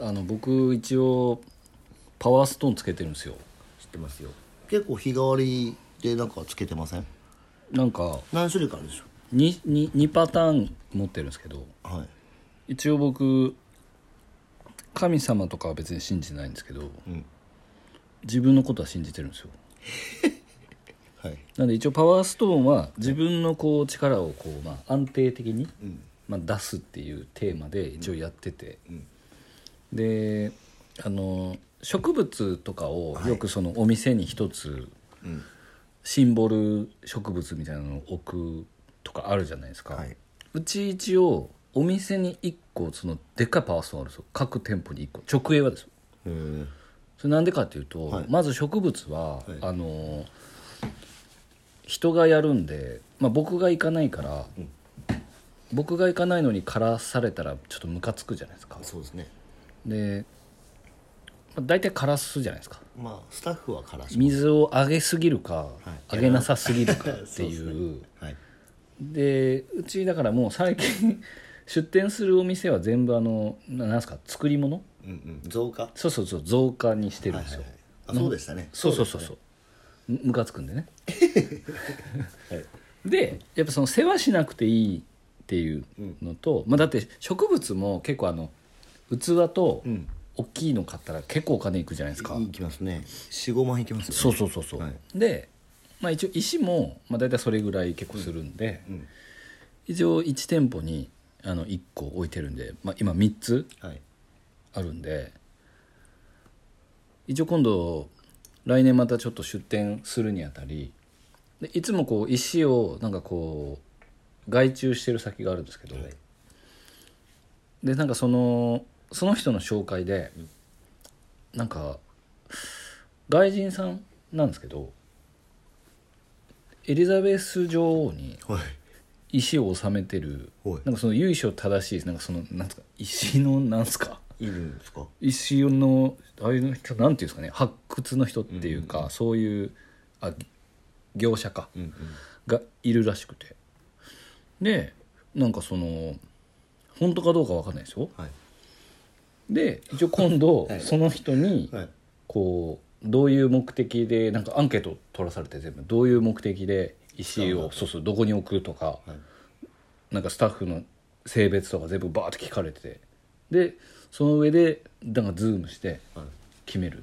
あの僕一応パワーストーンつけてるんですよ知ってますよ結構日替わりでなんかつけてませんなんか何種類かあるでしょ 2, 2, 2パターン持ってるんですけどはい一応僕神様とかは別に信じてないんですけど、ん自分のことは信じてるんですよはいなんで一応パワーストーンは自分のこう力をこうまあ安定的にうんまあ出すっていうテーマで一応やってて、うんであの植物とかをよくそのお店に一つうんシンボル植物みたいなのを置くとかあるじゃないですか、はいうち一応お店に1個そのでっかいパワーストーンあるんですよ各店舗に1個直営はですよへーそれなんでかっていうと、はいまず植物は、いあの人がやるんで、まあ、僕が行かないから、うん僕が行かないのに枯らされたらちょっとムカつくじゃないですかそうですねで、まあ、大体枯らすじゃないですかまあスタッフはからし水をあげすぎるか、はいあげなさすぎるかっそてうでいすうはいでうちだからもう最近出店するお店は全部あのななんすか作り物うんうん増加そうそうそう増加にしてるんですよ、はいはいはいあそうでしたねそうそうそうそうむむかつくんでね はいでやっぱその世話しなくていいっていうのと、まあ、だって植物も結構あの器とうん大きいの買ったら結構お金いくじゃないですか、いきますね45万いきますよねそうそうそうそう、はいで、まあ、一応石も、まあ、大体それぐらい結構するんで、うん一応1店舗にあの1個置いてるんで、まあ、今3つはいあるんで一応今度来年またちょっと出店するにあたりでいつもこう石をなんかこう外注してる先があるんですけど、はいでなんかそのその人の紹介で、なんか外人さんなんですけどエリザベス女王にはい石を納めてるはいなんかその由緒正しいなんかそのなんですか石のなんですかいるんですか 石のあれの人なんていうんですかね発掘の人っていうか、そういうあ業者か、うんうんがいるらしくてでなんかその本当かどうかわかんないですよはいで一応今 度、はいその人に、はいこうどういう目的でなんかアンケート取らされて全部どういう目的で石をそうそうどこに置くとか、はいなんかスタッフの性別とか全部バーって聞かれててでその上でなんかズームしてはい決めるっ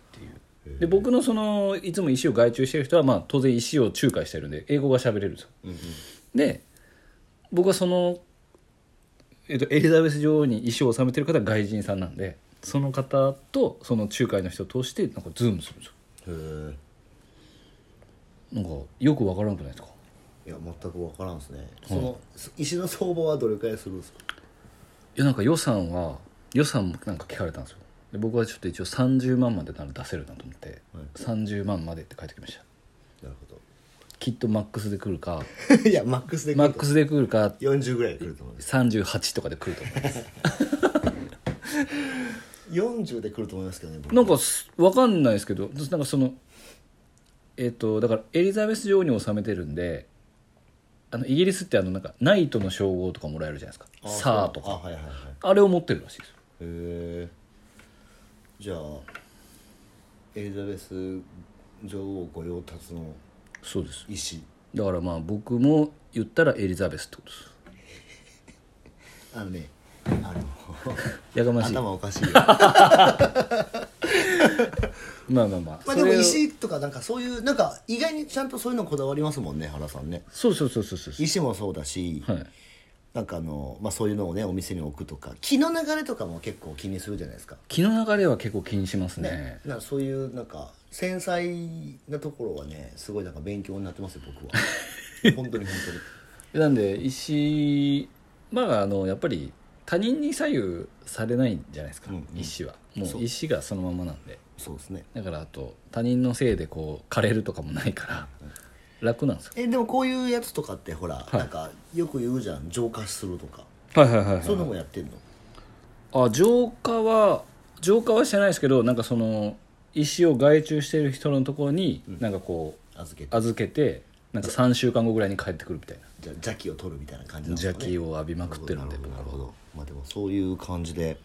ていうで僕のそのいつも石を外注してる人はまあ当然石を仲介してるんで英語が喋れるんですようんうんで僕はその、えっと、エリザベス女王に石を納めてる方は外人さんなんでその方とその仲介の人を通してなんかズームするんですよへなんかよくわからんくないですかえいや全くわからんですねそのす石の相場はどれくらいするんですかいやなんか予算は予算もなんか聞かれたんですよで僕はちょっと一応30万までなら出せるなと思って、はい30万までって書いてきましたなるきっとマックスで来るかほど いやマックスでマックスで来るか40ぐらいで来ると思うんです38とかで来ると思います40で来ると思いますけどね僕なんかすわかんないですけどなんかそのえっ、とだからエリザベス女王に収めてるんであのイギリスってあのなんかナイトの称号とかもらえるじゃないですかあそうサーとあかはいはいはいあれを持ってるらしいですよへえじゃあエリザベス女王御用達のそうです石だからまあ僕も言ったらエリザベスってことですあのねあやかのましい頭おかしいよ まあまあまあまあでも石とかなんかそういうなんか意外にちゃんとそういうのこだわりますもんね原さんねそうそうそうそうそう石もそうだし、はいなんかあの、まあ、そういうのをねお店に置くとか気の流れとかも結構気にするじゃないですか気の流れは結構気にしますねなんかそういうなんか繊細なところはねすごいなんか勉強になってますよ僕 は本当に本なんで石まああのやっぱり他人に左右されないじゃないですか、うんうん石はもそうう石がそのままなんで当にそうですねだからあと他人のせいでこう枯れるとかもないから楽なんですよえでもこういうやつとかってほら、いなんかよく言うじゃん浄化するとかはいはいはい、そういうのもやってんの、あ浄化は浄化はしてないですけどなんかその石を外注してる人のところに、なんかこう預けて預けてなんか3週間後ぐらいに帰ってくるみたいなじゃ邪気を取るみたいな感じなのか邪ね気を浴びまくってるんでな僕るほどなはるほどまあでもそういう感じで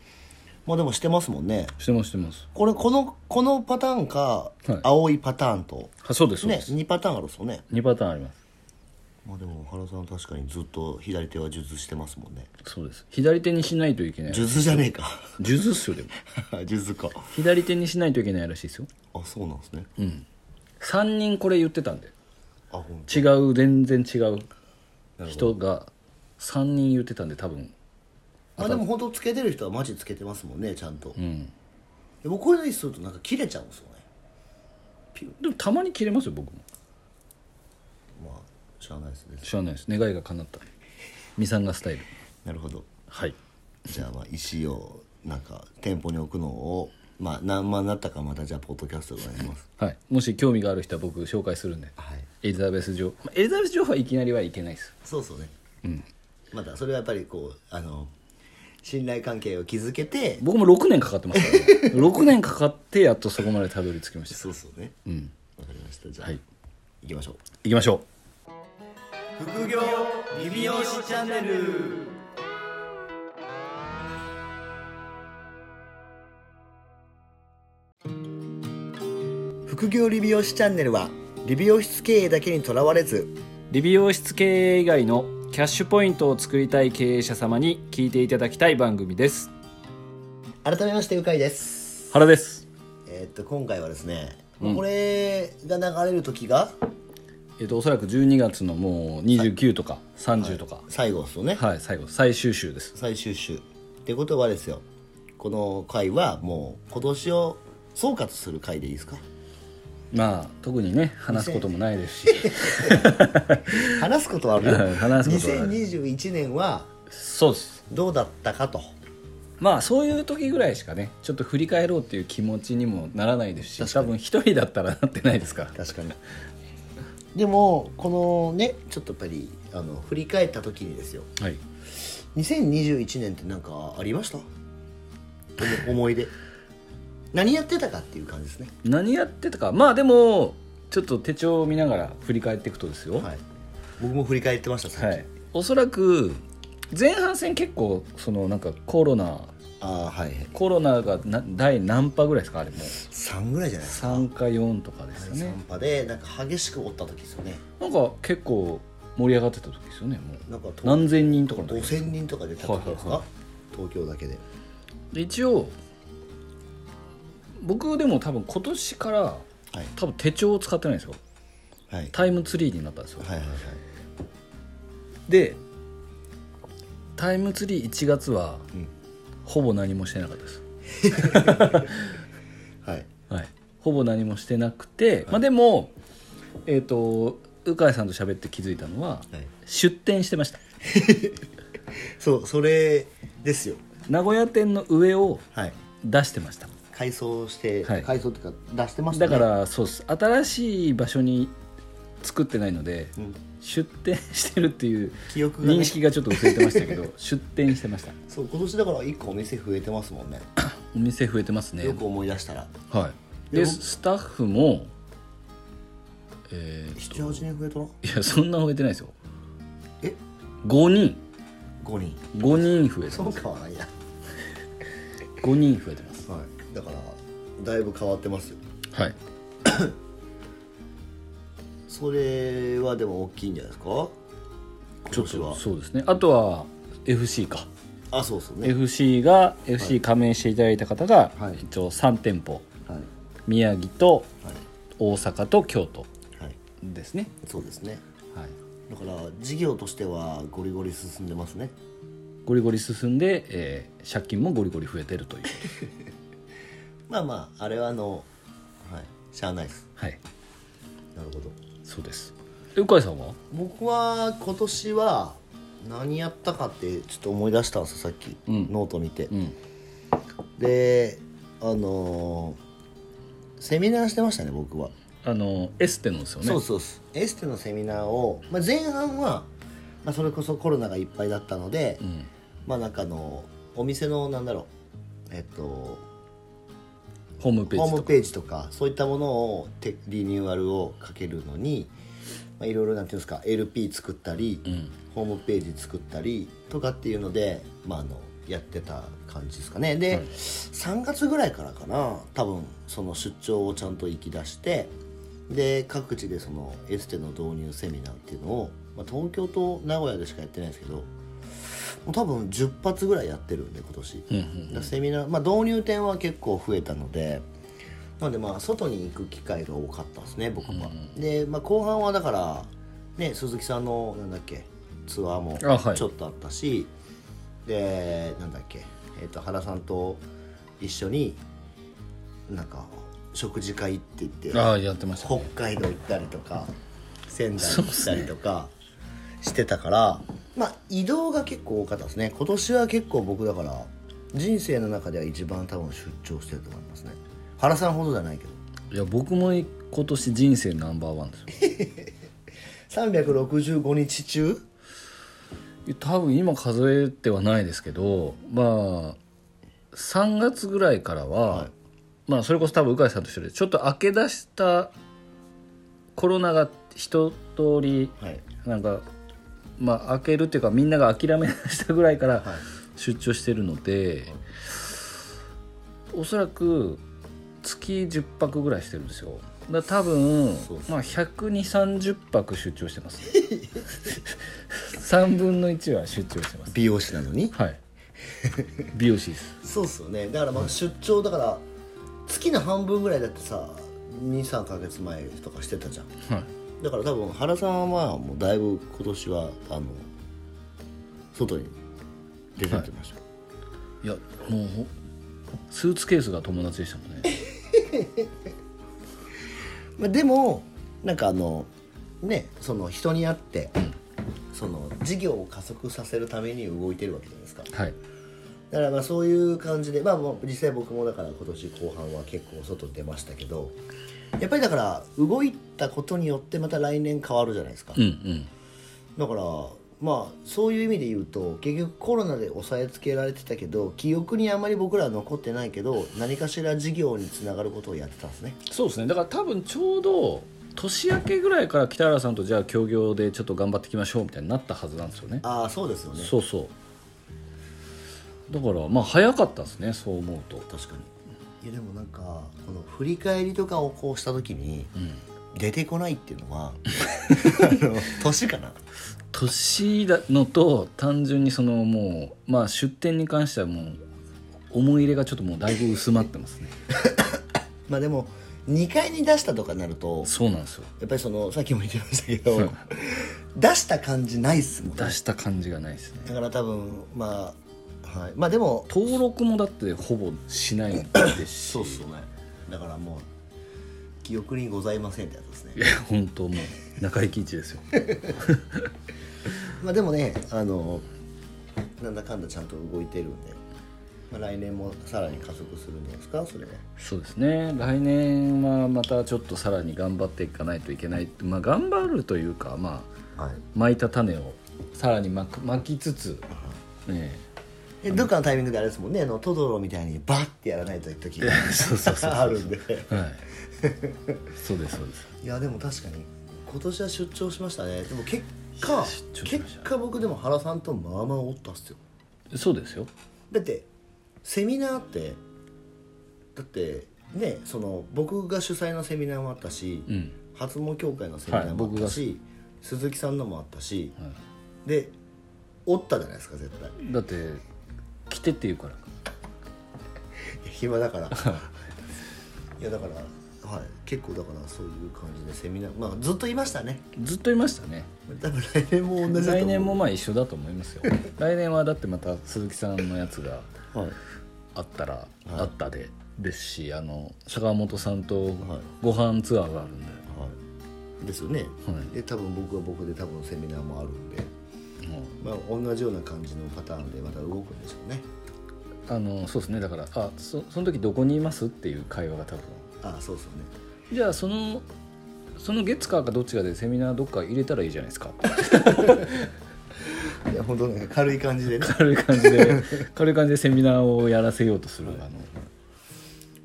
まあでもしてますもんねしてますしてますこれこのこのパターンか、はい青いパターンとはそうですそうねです、二2パターンあるっすよね2パターンありますまあでも原さん確かにずっと左手は術してますもんねそうです左手にしないといけない術じゃねえか 術っすよでも術か左手にしないといけないらしいですよあそうなんですね、 3人これ言ってたんであほん違う全然違うなるほど人が3人言ってたんで多分まあでも本当つけてる人はマジつけてますもんねちゃんと、うんでもこういうのにするとなんか切れちゃうんですよねでもたまに切れますよ僕もまあ知らないですね知らないです願いが叶ったミサンガスタイルなるほどはいじゃあまあ石をなんか店舗に置くのをまあ何万なったかまたじゃあポッドキャストでお願いしますはいもし興味がある人は僕紹介するんで はいエリザベス女王まあエリザベス女王はいきなりはいけないですそうそうねまたそれはやっぱりこうあの信頼関係を築けて僕も6年かかってます から、ね、6年かかってやっとそこまでたどり着きましたそうそうねうんわかりましたじゃあ、はいい、行きましょう行きましょう副業リビオシチャンネル副業理美容師チャンネルは理美容室経営だけにとらわれず理美容室経営以外のキャッシュポイントを作りたい経営者様に聞いていただきたい番組です改めましてうかいです原ですえーっと今回はですね、うんこれが流れる時がえっとおそらく12月のもう29とか30とか最後ですよね、はい、最後最終週です最終週ってことはですよこの回はもう今年を総括する回でいいで すかまあ特にね話すこともないですし話すことはあるよ話すことはある2021年は そうですどうだったかとまあそういう時ぐらいしかねちょっと振り返ろうっていう気持ちにもならないですし多分一人だったらなってないですから確かにでもこのねちょっとやっぱりあの振り返った時にですよはい2021年って何かありました思思い出何やってたかっていう感じですね何やってたかまあでもちょっと手帳を見ながら振り返っていくとですよはい僕も振り返ってましたさっき、はい、おそらく前半戦結構そのなんかコロナああはいはいコロナがな第何波ぐらいですかあれもう3ぐらいじゃないですか3か4とかですよね3波でなんか激しく折った時ですよねなんか結構盛り上がってた時ですよねもうなんか東何千人とかの時5000人とか出た時ではすか、いはいは東京だけでで一応僕でも多分今年からはい多分手帳を使ってないんですよはいタイムツリーになったんですよはいはいはいでタイムツリー1月はうんほぼ何もしてなかったですはいはい、ほぼ何もしてなくて、まあ、でも、えー、と鵜飼さんと喋って気づいたのははい出店してましたそうそれですよ名古屋店の上をはい出してました改装して、はい改装っていうか出してましただねからそうです新しい場所に作ってないのでうん出店してるっていう記憶が、ね、認識がちょっと薄れてましたけど 出店してましたそう今年だから1個お店増えてますもんねお店増えてますねよく思い出したらはいででもスタッフもえ78人増えたなーいやそんな増えてないですよえ5人5人5人増えてそまうすかはないや、 5人増えてますはい、だからだいぶ変わってますよはいそれはでも大きいんじゃないですか今ちょっ年とはそうですねあとは FC か、あそうそうね、 FC が FC 加盟していただいた方が、はい一応3店舗はい宮城とはい大阪と京都はいですね、そうですねはい、だから事業としてはゴリゴリ進んでますねゴリゴリ進んで、えー借金もゴリゴリ増えてるというまあまああれはあのはいしゃあないです はいなるほどそうですえ鵜飼さんは僕は今年は何やったかってちょっと思い出したんですよさっき、うんノート見て、うんであのーセミナーしてましたね僕は、あのエステのですよねそうそうですエステのセミナーを、まあ、前半は、まあ、それこそコロナがいっぱいだったので、うんまあなんかあのお店のなんだろうえっとホームペーホジーとムかページとかそういったものをてリニューアルをかけるのに、まあ、いろいろなんていうんですか LP 作ったり、うんホームページ作ったりとかっていうので、まあ、あのやってた感じですかねで、3月ぐらいからかな多分その出張をちゃんと行き出してで各地でそのエステの導入セミナーっていうのを、まあ、東京と名古屋でしかやってないんですけどもう多分10発ぐらいやってるんで今年、うんうんだからセミナー、まあ、導入店は結構増えたのでなのでまあ外に行く機会が多かったですね僕は、で、まあ、後半はだから、ね、鈴木さんのなんだっけツアーもあはいちょっとあったし、でなんだっけ、えー、と原さんと一緒になんか食事会って言ってああやってました北ね海道行ったりとか仙台行ったりとかしてたから、まあ移動が結構多かったですね今年は結構僕だから人生の中では一番多分出張してると思いますね原さんほどじゃないけどいや僕も今年人生ナンバーワンですよ365日中多分今数えてはないですけどまあ3月ぐらいからは、はいまあそれこそ多分鵜飼さんと一緒でちょっと明け出したコロナが一通りはいなんかまあ開けるっていうかみんなが諦め出したぐらいからはい出張してるので、おそらく月10泊ぐらいしてるんですよだから多分、そうですまあ12030泊出張してます 3分の1は出張してます美容師なのにはい美容師ですそうっすよねだからまあ出張だから月の半分ぐらいだってさ23か月前とかしてたじゃんはいだから多分原さんはもうだいぶ今年はあの外に出てってました、いやもうほスーツケースが友達でしたもんね まあ、でもなんかあのねその人に会って、その事業を加速させるために動いてるわけじゃないですかはいだからまあそういう感じでまあもう実際僕もだから今年後半は結構外出ましたけどやっぱりだから動いたことによってまた来年変わるじゃないですか、うんうんだからまあそういう意味で言うと結局コロナで抑えつけられてたけど記憶にあまり僕らは残ってないけど何かしら事業につながることをやってたんですねそうですねだから多分ちょうど年明けぐらいから北原さんとじゃあ協業でちょっと頑張っていきましょうみたいになったはずなんですよねああそうですよねそうそうだからまあ早かったですねそう思うと確かにいやでもなんかこの振り返りとかをこうした時に、出てこないっていうの はあの年かな年だのと単純にそのもうまあ出店に関してはもう思い入れがちょっともうだいぶ薄まってますねまあでも2回に出したとかなるとそうなんですよやっぱりそのさっきも言ってましたけど出した感じないっすもんね出した感じがないですねだから多分まあはいまあでも登録もだってほぼしないんですしそうっすよねだからもう記憶にございませんってやつですいねや本当もう中井貴一ですよまあでもねあのなんだかんだちゃんと動いてるんで、まあ、来年もさらに加速するんじゃないですかそれはそうですね来年はまたちょっとさらに頑張っていかないといけないまあ頑張るというかまあはい巻いた種をさらに巻く巻きつつ、ねえどっかのタイミングであれですもんねあのトドロみたいにバッてやらないと時が そうそうそうあるんでえはいそうですそうですいやでも確かに今年は出張しましたねでも結果出張しまし結た果僕でも原さんとまあまあおったっすよそうですよだってセミナーってだってねその僕が主催のセミナーもあったし、うん初詣協会のセミナーもあったし、鈴木さんのもあったし、はでおったじゃないですか絶対 だって来てって言うから暇だか らいやだからはい結構だからそういう感じでセミナーまあずっといましたねずっといましたね多分来年も同じだと思う来年もまあ一緒だと思いますよ 来年はだってまた鈴木さんのやつがはいあったらあったで、ですしあの坂本さんとはいご飯ツアーがあるんで、はいですよね、はいで多分僕は僕で多分セミナーもあるんでもうまあ同じような感じのパターンでまた動くんでしょうねあのそうですねだからあそその時どこにいますっていう会話が多分ああそうそうねじゃあそのその月火かどっちかでセミナーどっか入れたらいいじゃないですかいや本当なんか軽い感じでね、軽い感じ で軽い感じでセミナーをやらせようとする、あの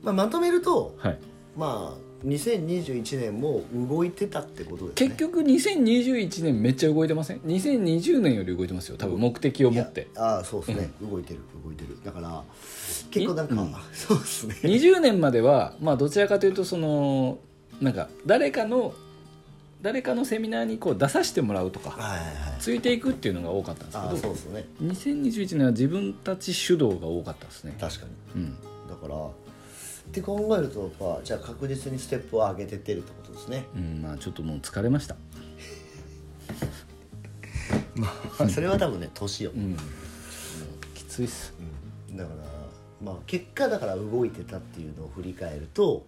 まあ、まとめるとはいまあ2021年も動いてたってことですね結局2021年めっちゃ動いてません2020年より動いてますよ多分目的を持っていやああそうですね、動いてる動いてるだから結構なんか、そうですね20年まではまあどちらかというとそのなんか誰かの誰かのセミナーにこう出させてもらうとかはいはいはいついていくっていうのが多かったんああですけそうどですね2021年は自分たち主導が多かったですね、確かにうん、だからって考えるとまあじゃあ確実にステップを上げてってるってことですねうん、まあちょっともう疲れましたまあそれは多分ね年よ、うんきついっすうんだからまあ結果だから動いてたっていうのを振り返ると、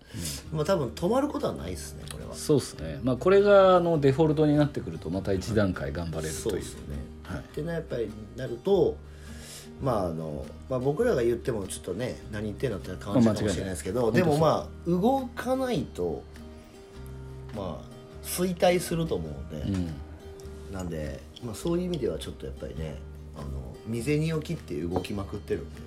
まあ多分止まることはないですねこれはそうですねまあこれがあのデフォルトになってくるとまた一段階頑張れるそうといでうすよね、はいってなやっぱりなるとまああの、まあ、僕らが言ってもちょっとね何言ってんのって感じかもしれないですけど、まあ間違でいないもまあ動かないとまあ衰退すると思うんで、うんなんで、まあ、そういう意味ではちょっとやっぱりねあの未銭を切って動きまくってるんで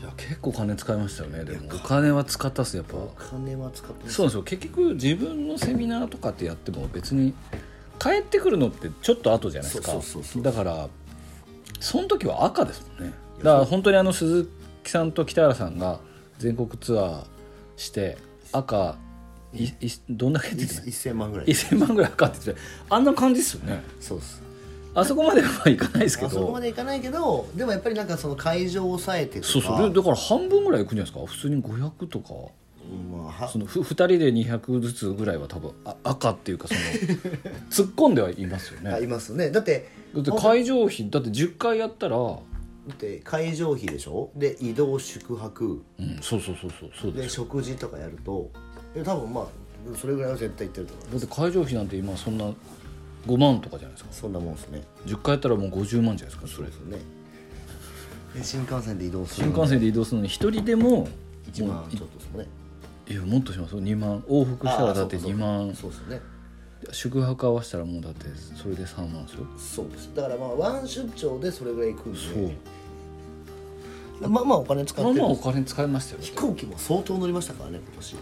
いや結構金使いましたよねでもお金は使ったっすやっぱお金は使ってますそうなんですよ結局自分のセミナーとかってやっても別に帰ってくるのってちょっと後じゃないですかそうそうそうそうだからその時は赤ですもんねだから本当にあの鈴木さんと北原さんが全国ツアーして赤いいどんだけって言ってた1000万ぐらい1000万ぐらい赤って言ってたあんな感じですよねそうですあそこまではいかないですけあそこまどでいかないけどでもやっぱりなんかその会場を抑えてとかそうそうでだから半分ぐらいいくんじゃないですか普通に500とかうんまあはそのふ2人で200ずつぐらいは多分あ赤っていう かその突っ込んではいますよねあいますねだってだって会場費だって10回やったら、うだって会場費でしょで移動宿泊ん、そうそうそうそうそうでです食事とかやるとで多分まあそれぐらいは絶対いってると思だうって会場費なんて今そんな5万とかじゃないですかそんなもんですね10回やったらもう50万じゃないですかそれそうねで新幹線で移動する新幹線で移動するのに1人でも1も万うちょっとですもんねいやもっとしますよ2万往復したらだってああそうかそ2うか万そうですよね宿泊合わせたらもうだってそれで3万ですよそうですだからまあワン出張でそれぐらい行くんでそうまあまあお金使ってまあるまあお金使いましたよ飛行機も相当乗りましたからね今年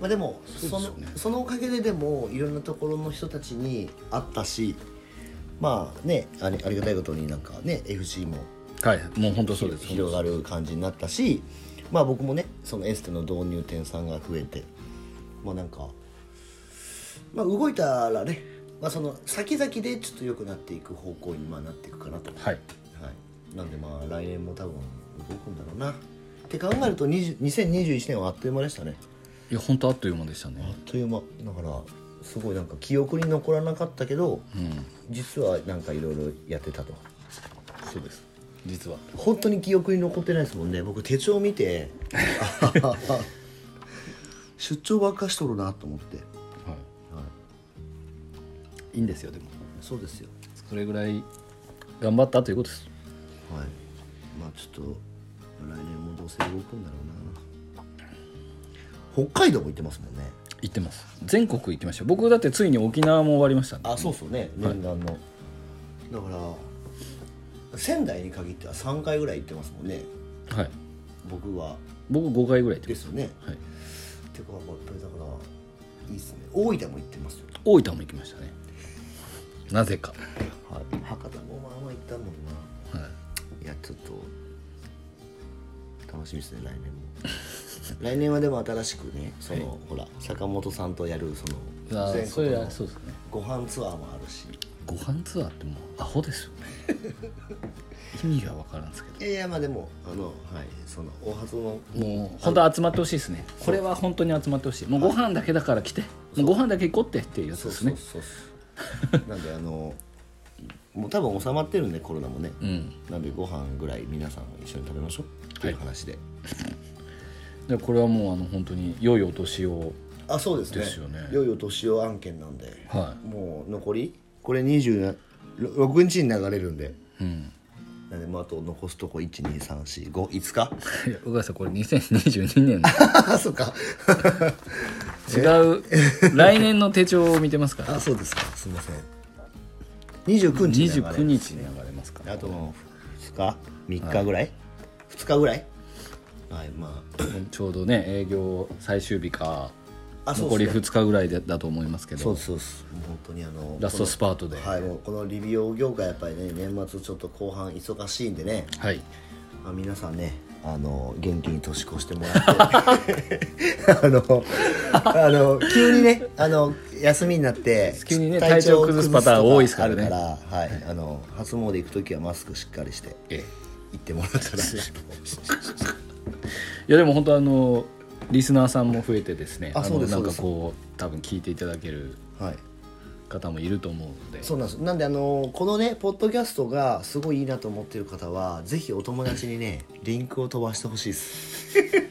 まあでもそそうですよのねそのおかげででもいろんなところの人たちに会ったしまあねありありがたいことになんかね FC もはいもう本当そうです広がる感じになったしまあ僕もねそのエステの導入店さんが増えてまあなんかまあ動いたらね、まあ、その先々でちょっと良くなっていく方向にまあなっていくかなとはいはい、なんでまあ来年も多分動くんだろうなって考えると20 2021年はあっという間でしたねいや本当あっという間でしたあっねという間だからすごいなんか記憶に残らなかったけどうん実はなんかいろいろやってたとそうです実は本当に記憶に残ってないですもんね僕手帳見て 出張ばっかしとるなと思って、はいいんですよでもい、そうですよそれぐらい頑張ったということですはいまあちょっと来年もどうせ動くんだろうな北海道も行ってますもんね行ってます全国行きましたよ僕だってついに沖縄も終わりましたんであそうそうね念願の、だから仙台に限っては3回ぐらい行ってますもんねはい僕は僕5回ぐらい行ってでますすよねはい、てかやっぱりだからいいっすね大分も行ってますよ、大分も行きましたねなぜか、はい、博多もまあまあ行ったもんなはいやちょっと楽しみですね 来年も来年はでも新しくねその、ほら坂本さんとやるそい、あのー全それ国のはそうですねご飯ツアーもあるしご飯ツアーってもうアホですよね 意味が分からんですけいやいやまあでもあのはいその大発のどもう本当集まってほしいですねこれは本当に集まってほしいもうご飯だけだから来てもうご飯だけ行こうってっていうやつですねそうそうそうなんであのもう多分収まってるんでコロナもね、うんなんでご飯ぐらい皆さんも一緒に食べましょうっていう話で、でこれはもうあの本当に良いお年をあそうですねですよね良いお年を案件なんで、はもう残りこれ26日に流れるんでいうんなんでもうあと残すとこ12345日いや宇賀さんこれ2022年のあ そうか 違う来年の手帳を見てますから あそうですかすいません29日に流れ29日に流れますからあともう2日3日ぐらい、2日ぐらいはいまあちょうどね営業最終日か あそうっす残ねり2日ぐらいでだと思いますけそうどですそうですもう本当にあのラストスパートでははいもうこのリビオ業界やっぱりね年末ちょっと後半忙しいんでね、いまあ、皆さんねあの元気に年越してもらって あのあの急にねあの休みになって急にね体調崩すパターン多いですからねあるから、はいあの初詣行く時はマスクしっかりしてええ行ってもらったら いやでも本当あのリスナーさんも増えてですねあのそうですなんかそうこう多分聞いていただけるはい方もいると思うのでそうなんですなんであのこのねポッドキャストがすごいいいなと思ってる方はぜひお友達にねリンクを飛ばしてほしいです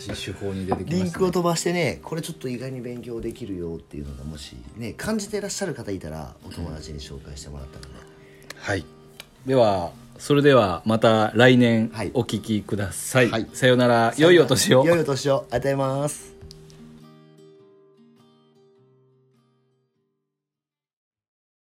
新しい手法に出てきリまンしたクをね飛ばしてねこれちょっと意外に勉強できるよっていうのがもしね感じてらっしゃる方いたらお友達に紹介してもらったらね、はいではそれではまた来年はいお聞きください、はいさようなら良いお年を良いお年をありがとうございます